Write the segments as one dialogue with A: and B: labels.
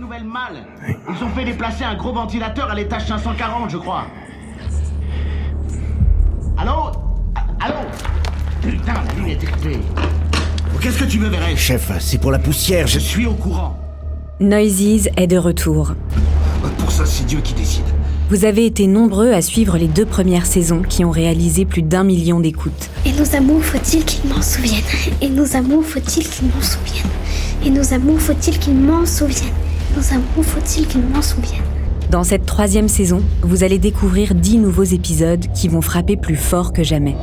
A: nouvelle malle. Ils ont fait déplacer un gros ventilateur à l'étage 540, je crois. Allô A- Allô Putain, la ligne est irritée. Qu'est-ce que tu me verrais
B: Chef, c'est pour la poussière,
A: Je
B: je...
A: suis au courant.
C: Noises est de retour.
D: Pour ça, c'est Dieu qui décide.
C: Vous avez été nombreux à suivre les deux premières saisons qui ont réalisé plus d'un million d'écoutes.
E: Et nos amours, faut-il qu'ils m'en souviennent Et nos amours, faut-il qu'ils m'en souviennent Et nos amours, faut-il qu'ils m'en souviennent Nos amours, faut-il qu'ils m'en souviennent
C: Dans cette troisième saison, vous allez découvrir dix nouveaux épisodes qui vont frapper plus fort que jamais.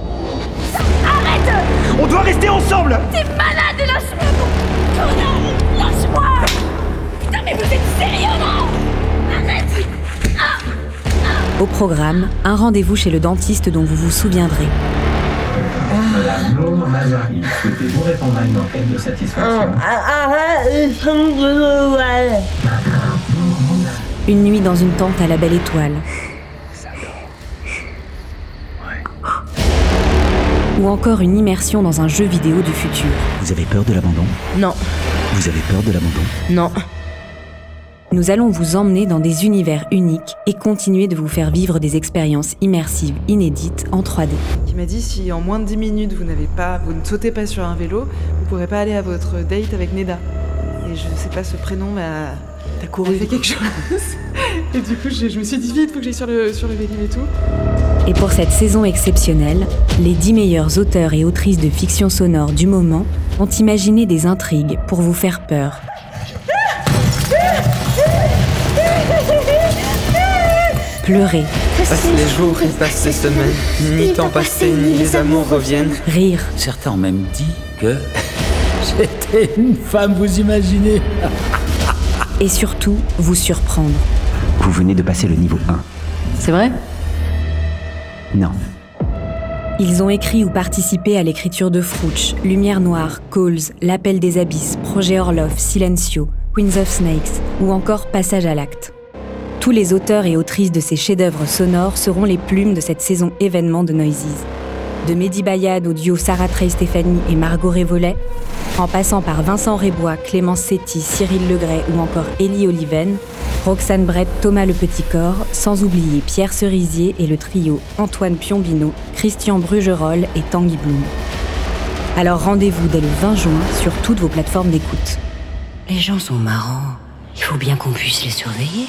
B: On doit rester ensemble
F: Malade, lâche-moi mon connard Lâche-moi Putain, mais vous êtes sérieux, là Arrête Ah,
C: Au programme, un rendez-vous chez le dentiste dont vous vous souviendrez.
G: Madame Laure Mazari, souhaitez-vous répondre à une enquête de satisfaction
C: Une nuit dans une tente à la belle étoile. Ou encore une immersion dans un jeu vidéo du futur.
B: Vous avez peur de l'abandon
H: Non,
B: Vous avez peur de l'abandon
H: non.
C: Nous allons vous emmener dans des univers uniques et continuer de vous faire vivre des expériences immersives inédites en 3D.
I: qui m'a dit si en moins de 10 minutes vous n'avez pas, vous ne sautez pas sur un vélo, vous pourrez pas aller à votre date avec Neda. Et je sais pas ce prénom, mais t'as couru fait quelque chose. et du coup, je, je me suis dit vite, faut que j'aille sur le sur le Vélib et tout.
C: Et pour cette saison exceptionnelle, les 10 meilleurs auteurs et autrices de fiction sonore du moment ont imaginé des intrigues pour vous faire peur. Pleurer,
E: Passent les jours, ils passent les semaines, ni temps passé, ni les amours reviennent.
C: rire,
D: Certains ont même dit que.
B: J'étais une femme, vous imaginez
C: et surtout vous surprendre.
B: Vous venez de passer le niveau
H: C'est vrai
B: 1. Non.
C: Ils ont écrit ou participé à l'écriture de Frouch, Lumière Noire, Calls, L'Appel des Abysses, Projet Orlov, Silencio, Queens of Snakes ou encore Passage à l'acte. Tous les auteurs et autrices de ces chefs-d'œuvre sonores seront les plumes de cette saison événement de Noises. De Mehdi Bayad au duo Sarah Trey Stéphanie et Margot Révolet, en passant par Vincent Rébois, Clémence Setti, Cyril Legray ou encore Élie Oliven, Roxane Brett, Thomas Le Petit Corps, sans oublier Pierre Cerisier et le trio Antoine Piombino, Christian Brugerolles et Tanguy Blum. Alors rendez-vous dès le 20 juin sur toutes vos plateformes d'écoute.
F: Les gens sont marrants. Il faut bien qu'on puisse les surveiller.